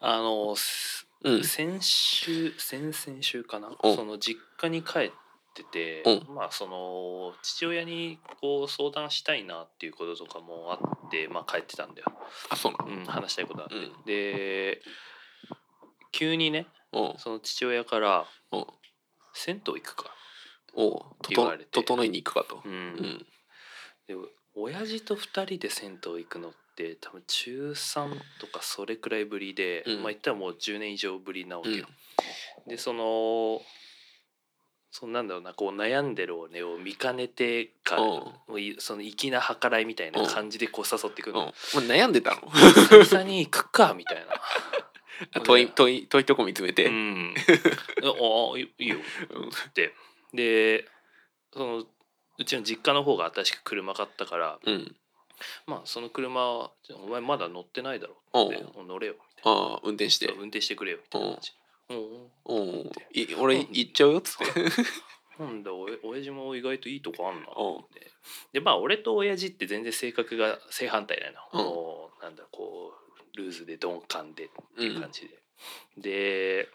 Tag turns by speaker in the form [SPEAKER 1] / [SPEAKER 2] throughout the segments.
[SPEAKER 1] あのす
[SPEAKER 2] うん
[SPEAKER 1] 先週先々週かな
[SPEAKER 2] うん
[SPEAKER 1] その実家に帰ってて
[SPEAKER 2] う
[SPEAKER 1] まあその父親にこう相談したいなっていうこととかもあってまあ帰ってたんだよ、
[SPEAKER 2] あそうな
[SPEAKER 1] うん、話したいことあって、
[SPEAKER 2] うん
[SPEAKER 1] で急にね
[SPEAKER 2] の
[SPEAKER 1] その父親から
[SPEAKER 2] うんうん
[SPEAKER 1] 「銭湯行くか
[SPEAKER 2] おうと
[SPEAKER 1] 言わ
[SPEAKER 2] と
[SPEAKER 1] れて
[SPEAKER 2] 整いに行くかと」
[SPEAKER 1] う
[SPEAKER 2] うんん
[SPEAKER 1] で親父と2人で銭湯行くのって多分中3とかそれくらいぶりで、
[SPEAKER 2] うん
[SPEAKER 1] まあ言ったらもう10年以上ぶりなわ
[SPEAKER 2] う
[SPEAKER 1] け
[SPEAKER 2] ん
[SPEAKER 1] よ。でそのそのなんだろうなこう悩んでる俺を見かねてか
[SPEAKER 2] うん
[SPEAKER 1] もういその粋な計らいみたいな感じでこう誘ってく
[SPEAKER 2] う
[SPEAKER 1] る
[SPEAKER 2] んも
[SPEAKER 1] の
[SPEAKER 2] う悩んでた の
[SPEAKER 1] 久々に行くかみたい な。
[SPEAKER 2] 遠い遠い遠いとこ見つめて、
[SPEAKER 1] う
[SPEAKER 2] うん
[SPEAKER 1] ん、ああいいよ
[SPEAKER 2] うん
[SPEAKER 1] つってでそのうちの実家の方が新しく車買ったからまあその車はお前まだ乗ってないだろ
[SPEAKER 2] おう
[SPEAKER 1] っておう乗れよみたい
[SPEAKER 2] ああ運転して
[SPEAKER 1] な運転してくれよみたいな感じうん
[SPEAKER 2] 「おうい俺行っちゃうよ」っつって
[SPEAKER 1] うんなんだおや親父も意外といいとこあんな
[SPEAKER 2] おう
[SPEAKER 1] でまあ俺と親父って全然性格が正反対なの、
[SPEAKER 2] うん
[SPEAKER 1] もうなんだこうルーズで鈍感でって
[SPEAKER 2] う
[SPEAKER 1] いうん感じで、で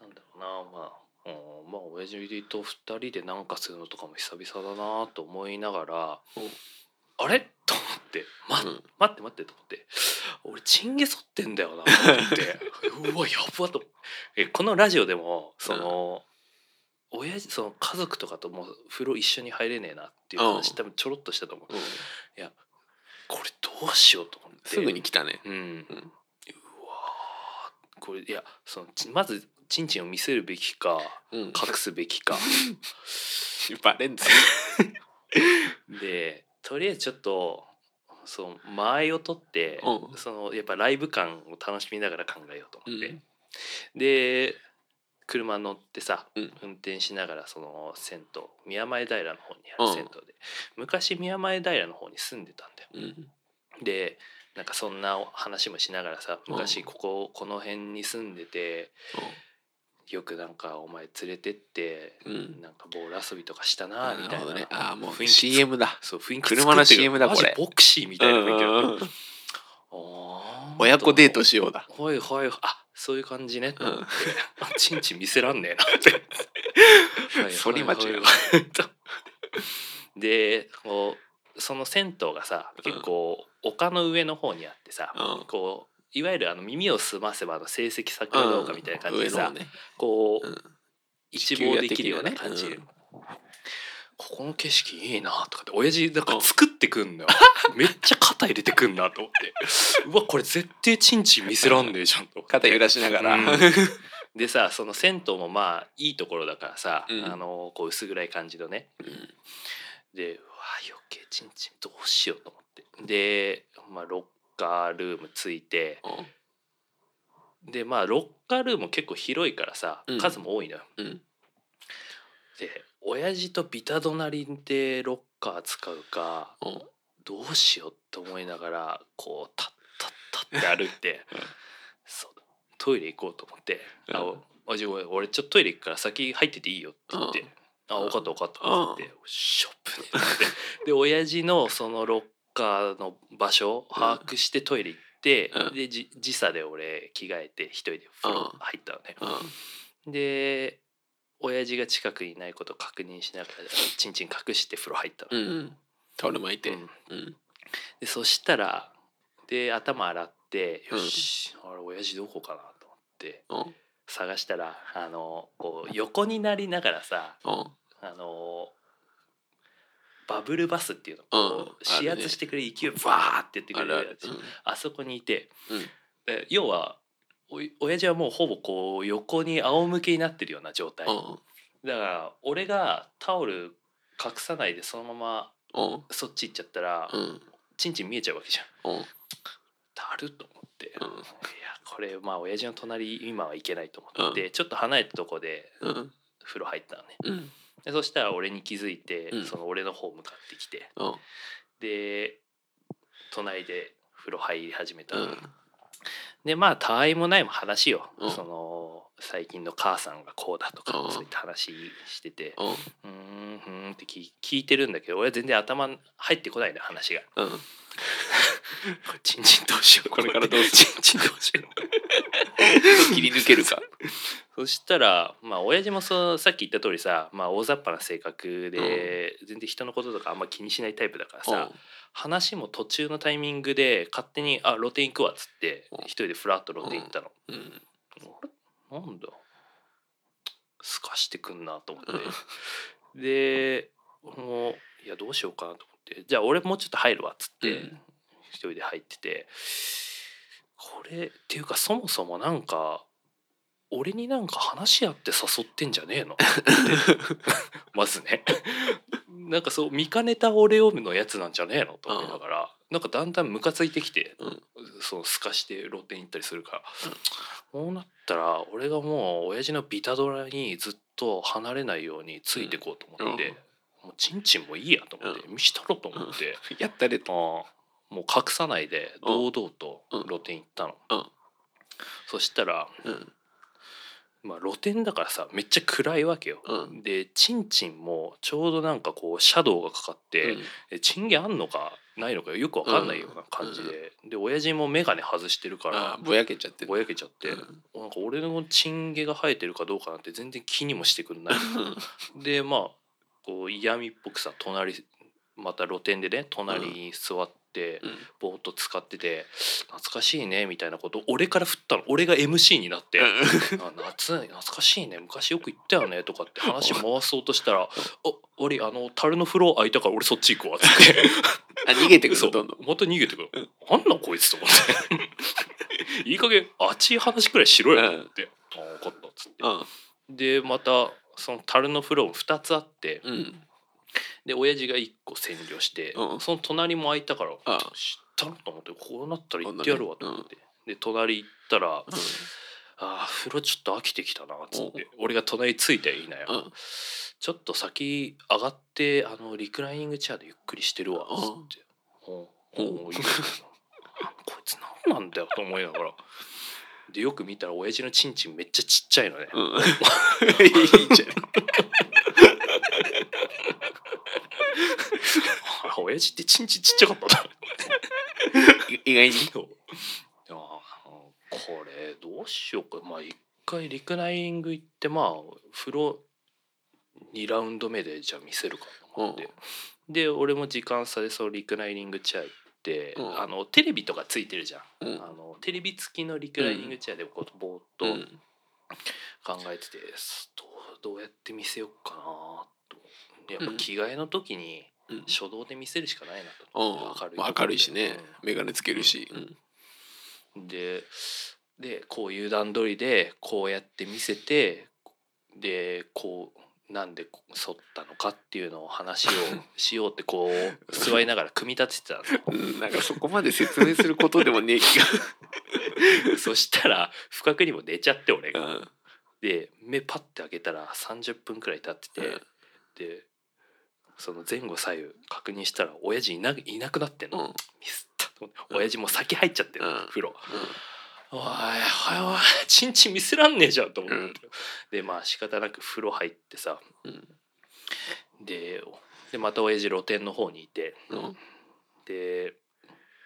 [SPEAKER 1] なんだろうなまあ、うん、まあ親父と2人でなんかするのとかも久々だなと思いながら、
[SPEAKER 2] うん
[SPEAKER 1] あれと思って「ま、
[SPEAKER 2] うん
[SPEAKER 1] 待って待って」と思って「俺チンゲ剃ってんだよな」と思って うわやばとえこのラジオでもその、親父その家族とかともう風呂一緒に入れねえなっていう話、
[SPEAKER 2] うん
[SPEAKER 1] 多分ちょろっとしたと思う
[SPEAKER 2] うん
[SPEAKER 1] これどうしようと思って
[SPEAKER 2] すぐに来たね
[SPEAKER 1] うん、う
[SPEAKER 2] うん
[SPEAKER 1] わーこれいやそのちまずチンチンを見せるべきか
[SPEAKER 2] うん
[SPEAKER 1] 隠すべき か
[SPEAKER 2] バレンズ
[SPEAKER 1] でとりあえずちょっとその間合いを取って、
[SPEAKER 2] うん
[SPEAKER 1] そのやっぱライブ感を楽しみながら考えようと思って、
[SPEAKER 2] うん
[SPEAKER 1] で車乗ってさ、
[SPEAKER 2] うん
[SPEAKER 1] 運転しながらその銭湯宮前平の方にある銭湯で、昔宮前平の方に住んでたんだよ
[SPEAKER 2] うん
[SPEAKER 1] でなんかそんな話もしながらさ
[SPEAKER 2] うん
[SPEAKER 1] 昔こここの辺に住んでてよくなんかお前連れてって
[SPEAKER 2] うん
[SPEAKER 1] なんかボール遊びとかした
[SPEAKER 2] あ
[SPEAKER 1] な
[SPEAKER 2] あ
[SPEAKER 1] み
[SPEAKER 2] な
[SPEAKER 1] たい
[SPEAKER 2] るほ
[SPEAKER 1] な
[SPEAKER 2] どねああも
[SPEAKER 1] 雰
[SPEAKER 2] う
[SPEAKER 1] 囲気
[SPEAKER 2] CM だ
[SPEAKER 1] そう雰囲気
[SPEAKER 2] 車
[SPEAKER 1] 作
[SPEAKER 2] の
[SPEAKER 1] ってる
[SPEAKER 2] CM だ
[SPEAKER 1] マジ
[SPEAKER 2] これ
[SPEAKER 1] ボクシーみたいな雰囲気だ
[SPEAKER 2] うんうんうん
[SPEAKER 1] あー
[SPEAKER 2] 親子デートしようだ
[SPEAKER 1] はいはいあそういう感じねと
[SPEAKER 2] うん
[SPEAKER 1] 思って、あちんちん見せらんねえなってはいはい
[SPEAKER 2] 反町が
[SPEAKER 1] はいと でこうその銭湯がさ結構丘の上の方にあってさ、
[SPEAKER 2] うん
[SPEAKER 1] こういわゆるあの耳を澄ませばあの成績桜農家みたいな感じでさ、
[SPEAKER 2] うん上のね
[SPEAKER 1] こう、
[SPEAKER 2] うん
[SPEAKER 1] 一望できるような
[SPEAKER 2] 地球屋
[SPEAKER 1] 感じ、
[SPEAKER 2] 的なねうん
[SPEAKER 1] ここの景色いいなとかって親父なんか作ってくんのよ、めっちゃ肩入れてくんなと思ってうわこれ絶対チンチン見せらんねえじゃんと
[SPEAKER 2] 肩揺らしながら
[SPEAKER 1] う
[SPEAKER 2] うんん
[SPEAKER 1] でさその銭湯もまあいいところだからさ、
[SPEAKER 2] うん
[SPEAKER 1] あのこう薄暗い感じのねでうわ余計チンチンどうしようと思ってで、まあ、ロッカールームついてでまあロッカールームも結構広いからさ
[SPEAKER 2] うん
[SPEAKER 1] 数も多いのよ、
[SPEAKER 2] うん
[SPEAKER 1] で親父とビタ隣でロッカー使うか
[SPEAKER 2] うん
[SPEAKER 1] どうしようって思いながらこうタッタッタッって歩い て、
[SPEAKER 2] うん
[SPEAKER 1] そうトイレ行こうと思って「あ
[SPEAKER 2] うん
[SPEAKER 1] おあじゃあごめん俺ちょっとトイレ行くから先入ってていいよ」って言って
[SPEAKER 2] うん
[SPEAKER 1] 「あ
[SPEAKER 2] うん
[SPEAKER 1] 分かった分かった」って言ってショップねってで親父のそのロッカーの場所を把握してトイレ行って、
[SPEAKER 2] うん
[SPEAKER 1] でじ時差で俺着替えて一人で風呂入ったのね、
[SPEAKER 2] うん
[SPEAKER 1] で親父が近くにいないことを確認しながらチンチン隠して風呂入ったの、
[SPEAKER 2] うんタオル巻いて
[SPEAKER 1] うん
[SPEAKER 2] うん
[SPEAKER 1] でそしたらで頭洗って、
[SPEAKER 2] うん
[SPEAKER 1] よしあれ親父どこかなと思って
[SPEAKER 2] うん
[SPEAKER 1] 探したらあのこう横になりながらさ
[SPEAKER 2] うん
[SPEAKER 1] あのバブルバスっていうの
[SPEAKER 2] うん
[SPEAKER 1] こう指
[SPEAKER 2] ある
[SPEAKER 1] 圧
[SPEAKER 2] ね
[SPEAKER 1] してくれる勢いバーってやってく
[SPEAKER 2] あ
[SPEAKER 1] れる
[SPEAKER 2] る
[SPEAKER 1] や
[SPEAKER 2] あ
[SPEAKER 1] つ
[SPEAKER 2] るうん
[SPEAKER 1] あそこにいて、
[SPEAKER 2] うん
[SPEAKER 1] で要はおい親父はもうほぼこう横に仰向けになってるような状態、だから俺がタオル隠さないでそのまま
[SPEAKER 2] うんうん
[SPEAKER 1] そっち行っちゃったら、
[SPEAKER 2] うん
[SPEAKER 1] チンチン見えちゃうわけじゃん
[SPEAKER 2] うん
[SPEAKER 1] だるっと思って、
[SPEAKER 2] う
[SPEAKER 1] いや
[SPEAKER 2] ん
[SPEAKER 1] これまあ親父の隣今はいけないと思って、ちょっと離れたとこで
[SPEAKER 2] うん
[SPEAKER 1] 風呂入ったのね
[SPEAKER 2] うん
[SPEAKER 1] でそしたら俺に気づいて、
[SPEAKER 2] うん
[SPEAKER 1] その俺の方向かってきて
[SPEAKER 2] うん
[SPEAKER 1] で隣で風呂入り始めた
[SPEAKER 2] う
[SPEAKER 1] の、
[SPEAKER 2] ん
[SPEAKER 1] でまあたわいもないも話よ、
[SPEAKER 2] うん
[SPEAKER 1] その最近の母さんがこうだとか、
[SPEAKER 2] うん
[SPEAKER 1] そういった話してて
[SPEAKER 2] うん
[SPEAKER 1] うー んふーんって聞い聞いてるんだけど俺は全然頭入ってこないの話が
[SPEAKER 2] うん
[SPEAKER 1] チンチンどうしよ う
[SPEAKER 2] これからどうす
[SPEAKER 1] るチンチンどうしよう
[SPEAKER 2] 切り抜けるか。
[SPEAKER 1] そしたらまあ親父もそのさっき言った通りさ、まあ、大雑把な性格で、全然人のこととかあんま気にしないタイプだからさ、
[SPEAKER 2] うん
[SPEAKER 1] 話も途中のタイミングで勝手に「あ露店行くわ」っつって
[SPEAKER 2] うん
[SPEAKER 1] 一人でふらっと露店行ったの、
[SPEAKER 2] うん
[SPEAKER 1] あれなんだすかしてくんなと思ってでもういやどうしようかなと思ってじゃあ俺もうちょっと入るわっつって、
[SPEAKER 2] うん
[SPEAKER 1] 一人で入っててこれっていうかそもそもなんか俺になんか話し合って誘ってんじゃねえの ってまずねなんかそう見かねた俺をのやつなんじゃねえのと思いながら、なんかだんだんムカついてきて、
[SPEAKER 2] うん
[SPEAKER 1] そうすかして露店行ったりするから、こうなったら俺がもう親父のビタドラにずっと離れないようについてこうと思って、
[SPEAKER 2] うん
[SPEAKER 1] もうチンチンもいいやと思って、見したろと思って。
[SPEAKER 2] やったれと。
[SPEAKER 1] ああもう隠さないで堂々と露店行ったの、
[SPEAKER 2] うんうん
[SPEAKER 1] そしたら、
[SPEAKER 2] うん
[SPEAKER 1] まあ、露店だからさめっちゃ暗いわけよ、
[SPEAKER 2] うん
[SPEAKER 1] でチンチンもちょうどなんかこうシャドウがかかって、えチンゲあんのかないのかよくわかんないような感じで、で親父も眼鏡外してるか
[SPEAKER 2] あ
[SPEAKER 1] ら
[SPEAKER 2] ーぼやけちゃってる。
[SPEAKER 1] ぼやけちゃって、
[SPEAKER 2] うん
[SPEAKER 1] なんか俺のチンゲが生えてるかどうかなんて全然気にもしてくんない でまあこう嫌味っぽくさ隣また露店でね隣に座って
[SPEAKER 2] うん
[SPEAKER 1] ぼーっと使ってて「懐かしいね」みたいなことを俺から振ったの俺が MC になって
[SPEAKER 2] うん
[SPEAKER 1] 「あ夏懐かしいね昔よく行ったよね」とかって話回そうとしたら「お俺あの樽の風呂空いたから俺そっち行くわ」っつって
[SPEAKER 2] あ逃げてく
[SPEAKER 1] そ
[SPEAKER 2] る
[SPEAKER 1] う
[SPEAKER 2] どんどん。
[SPEAKER 1] また逃げてくる「あんなこいつ」と思 って「いい加減あっちい話くらいしろ
[SPEAKER 2] うん
[SPEAKER 1] よ」っ
[SPEAKER 2] うん
[SPEAKER 1] て「あ分かった」っつってでまたその樽の風呂も2つあって
[SPEAKER 2] うん
[SPEAKER 1] で親父が1個占領して、
[SPEAKER 2] うん
[SPEAKER 1] その隣も空いたから
[SPEAKER 2] あ
[SPEAKER 1] 知ったのと思ってこうなったら行ってやるわと思って、で隣行ったら「あー風呂ちょっと飽きてきたな」っつって俺が隣ついていいなよ、
[SPEAKER 2] うん
[SPEAKER 1] ちょっと先上がってあのリクライニングチェアでゆっくりしてるわ」っつって「おう
[SPEAKER 2] うん
[SPEAKER 1] おういいよあこいつ何なんだよ」と思いながら。でよく見たら親父のチンチンめっちゃちっちゃいのね、
[SPEAKER 2] うん。いいじゃん。
[SPEAKER 1] あ 親父ってチンチンちっちゃかったない
[SPEAKER 2] 意外に。
[SPEAKER 1] いやーこれどうしようかまあ一回リクライニング行ってまあ風呂2ラウンド目でじゃあ見せるかと思って、で俺も時間差でそのリクライニングチェア行って、
[SPEAKER 2] うん
[SPEAKER 1] あのテレビとかついてるじゃん、
[SPEAKER 2] うん
[SPEAKER 1] あのテレビ付きのリクライニングチェアでこうぼーっと
[SPEAKER 2] うん
[SPEAKER 1] 考えてて、どうどうやって見せようかなとでやっぱ着替えの時に
[SPEAKER 2] うん
[SPEAKER 1] 初動で見せるしかないなと
[SPEAKER 2] う
[SPEAKER 1] 思
[SPEAKER 2] ん
[SPEAKER 1] って、明るいとこで
[SPEAKER 2] まあ明るいしね
[SPEAKER 1] うん、
[SPEAKER 2] 眼鏡つけるし、うん
[SPEAKER 1] ででこういう段取りでこうやって見せてでこうなんで剃ったのかっていうのを話をしようってこ う座りながら組み立ててたんですよ
[SPEAKER 2] うんなんかそこまで説明することでもねえ気
[SPEAKER 1] そしたら不覚にも寝ちゃって俺が。
[SPEAKER 2] が、うん
[SPEAKER 1] で目パッて開けたら30分くらい経ってて、
[SPEAKER 2] うん
[SPEAKER 1] でその前後左右確認したら親父いないなくなってんの、
[SPEAKER 2] うん
[SPEAKER 1] ミスったと思って
[SPEAKER 2] うん
[SPEAKER 1] 親父もう先入っちゃってる、
[SPEAKER 2] うん
[SPEAKER 1] 風呂。おいおいおいチンチン見せらんねえじゃんと思って、
[SPEAKER 2] うん
[SPEAKER 1] でまあ仕方なく風呂入ってさ
[SPEAKER 2] うん
[SPEAKER 1] ででまた親父露店の方にいて
[SPEAKER 2] うん
[SPEAKER 1] で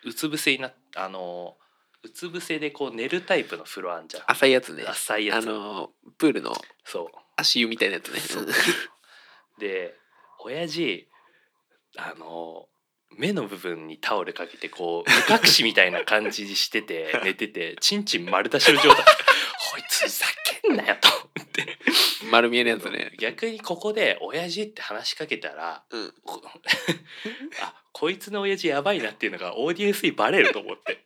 [SPEAKER 1] うつ伏せになあのうつ伏せでこう寝るタイプの風呂あんじゃん
[SPEAKER 2] 浅いやつね
[SPEAKER 1] 浅いや
[SPEAKER 2] あ
[SPEAKER 1] つ
[SPEAKER 2] のプールの
[SPEAKER 1] そ
[SPEAKER 2] 足湯みたいなやつね
[SPEAKER 1] そううで親父あの目の部分にタオルかけてこう目隠しみたいな感じしてて寝ててチンチン丸出しの状態 こいつふざけんなよと
[SPEAKER 2] うん丸見えのやつね
[SPEAKER 1] 逆にここで親父って話しかけたら、
[SPEAKER 2] うん
[SPEAKER 1] こ あこいつの親父やばいなっていうのがオーディエンスにバレると思って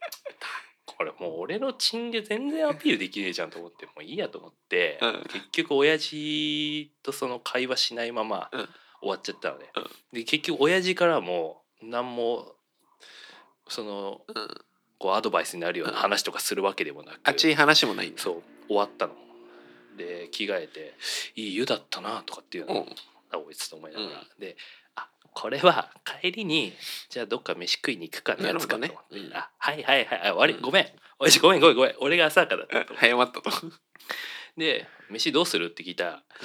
[SPEAKER 1] これもう俺のチンゲ全然アピールできねえじゃんと思ってもういいやと思って、
[SPEAKER 2] うん
[SPEAKER 1] 結局親父とその会話しないまま
[SPEAKER 2] うん
[SPEAKER 1] 終わっちゃったのね、
[SPEAKER 2] うん
[SPEAKER 1] で結局親父からも何もその
[SPEAKER 2] うん
[SPEAKER 1] こうアドバイスになるような話とかするわけでもなく、
[SPEAKER 2] あっちい話もないんだ
[SPEAKER 1] そう終わったの。で着替えて「いい湯だったな」とかっていうの
[SPEAKER 2] うん
[SPEAKER 1] あおいつと思いながら、
[SPEAKER 2] うん
[SPEAKER 1] であこれは帰りにじゃあどっか飯食いに行くかってやつかね
[SPEAKER 2] なるほどねうん
[SPEAKER 1] あはいはいはいあ悪い、
[SPEAKER 2] うん
[SPEAKER 1] ごめんおいしごめんごめんごめん俺が浅はかだった
[SPEAKER 2] あ
[SPEAKER 1] と思って
[SPEAKER 2] 早まったと
[SPEAKER 1] で飯どうするって聞いたら「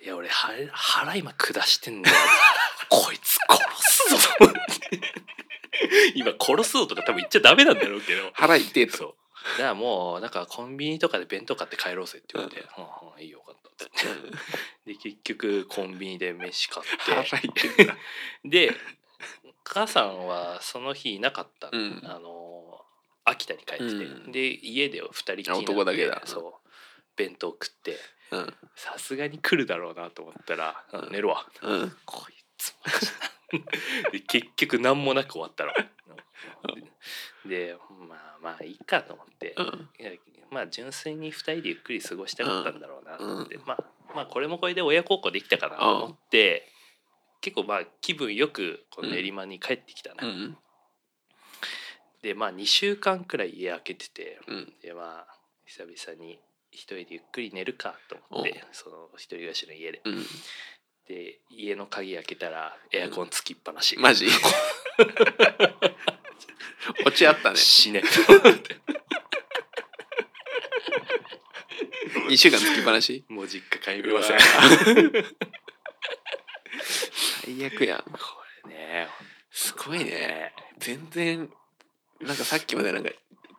[SPEAKER 1] いや俺は 腹今下してんだよこいつ殺すぞ」と思って今殺そうとか多分言っちゃダメなんだろうけど
[SPEAKER 2] 腹痛えと。
[SPEAKER 1] そうだからもうなんかコンビニとかで弁当買って帰ろうぜって言われて「うんうんいいよ分かった」って言ってで結局コンビニで飯買
[SPEAKER 2] 腹
[SPEAKER 1] っ
[SPEAKER 2] 痛えんだ。
[SPEAKER 1] てで母さんはその日いなかった、
[SPEAKER 2] うん
[SPEAKER 1] あの秋田に帰ってきて、
[SPEAKER 2] うん
[SPEAKER 1] で家で2人きりになって
[SPEAKER 2] 男だけだ
[SPEAKER 1] そう弁当食って
[SPEAKER 2] うん。
[SPEAKER 1] さすがに来るだろうなと思ったら「あ
[SPEAKER 2] うん
[SPEAKER 1] 寝るわ」
[SPEAKER 2] うん。
[SPEAKER 1] こいつマジでで 結局何もなく終わったの。でまあまあいいかと思って
[SPEAKER 2] う、ん。
[SPEAKER 1] いやまあ純粋に2人でゆっくり過ごしたかったんだろうなと思って、
[SPEAKER 2] う
[SPEAKER 1] まあ、まあこれもこれで親孝行できたかなと思って、結構まあ気分よくこの練馬に帰ってきたな、
[SPEAKER 2] うん。
[SPEAKER 1] でまあ2週間くらい家開けてて
[SPEAKER 2] うん。
[SPEAKER 1] でまあ久々に一人でゆっくり寝るかと思って、
[SPEAKER 2] うん
[SPEAKER 1] その一人暮らしの家で
[SPEAKER 2] うん。
[SPEAKER 1] で家の鍵開けたらエアコンつきっぱなし、
[SPEAKER 2] マジ落ちあった ね。
[SPEAKER 1] 死 ね
[SPEAKER 2] 2週間つきっぱなし
[SPEAKER 1] もう実家帰りません
[SPEAKER 2] う
[SPEAKER 1] こ
[SPEAKER 2] 最悪やん。
[SPEAKER 1] れね
[SPEAKER 2] すごいね。全然、なんかさっきまでなんか、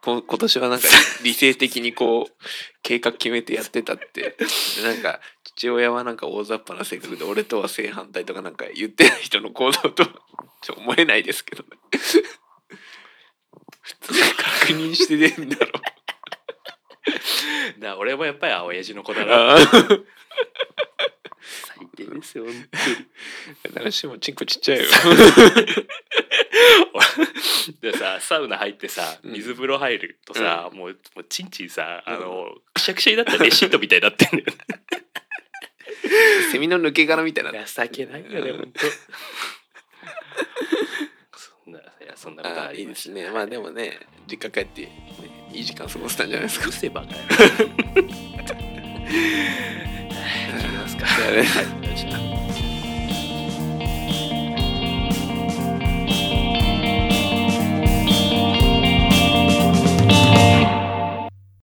[SPEAKER 2] こ今年はなんか理性的にこう、計画決めてやってたって。でなんか、父親はなんか大雑把な性格で、俺とは正反対とかなんか言ってない人の行動とは、ちょ思えないですけどね。普通に確認してねえんだろう。
[SPEAKER 1] だから俺もやっぱりあ親父の子だな
[SPEAKER 2] あー
[SPEAKER 1] 最低ですよ
[SPEAKER 2] 誰しもチンコちっちゃいよ。
[SPEAKER 1] でさサウナ入ってさ
[SPEAKER 2] うん
[SPEAKER 1] 水風呂入るとさ、もうもうチンチンさあの、くしゃくしゃになったレシートみたいになってんだよ
[SPEAKER 2] セミの抜け殻みたいな。
[SPEAKER 1] ね情けないよね
[SPEAKER 2] うん
[SPEAKER 1] 本当そんないやそんなこと
[SPEAKER 2] あ
[SPEAKER 1] あ
[SPEAKER 2] ーい
[SPEAKER 1] り
[SPEAKER 2] い
[SPEAKER 1] ま
[SPEAKER 2] で
[SPEAKER 1] し
[SPEAKER 2] すね。まあでもね、実家帰って、ね、いい時間過ごせたんじゃないです
[SPEAKER 1] た
[SPEAKER 2] か。
[SPEAKER 1] うるせえバカやはい行きますか
[SPEAKER 2] はい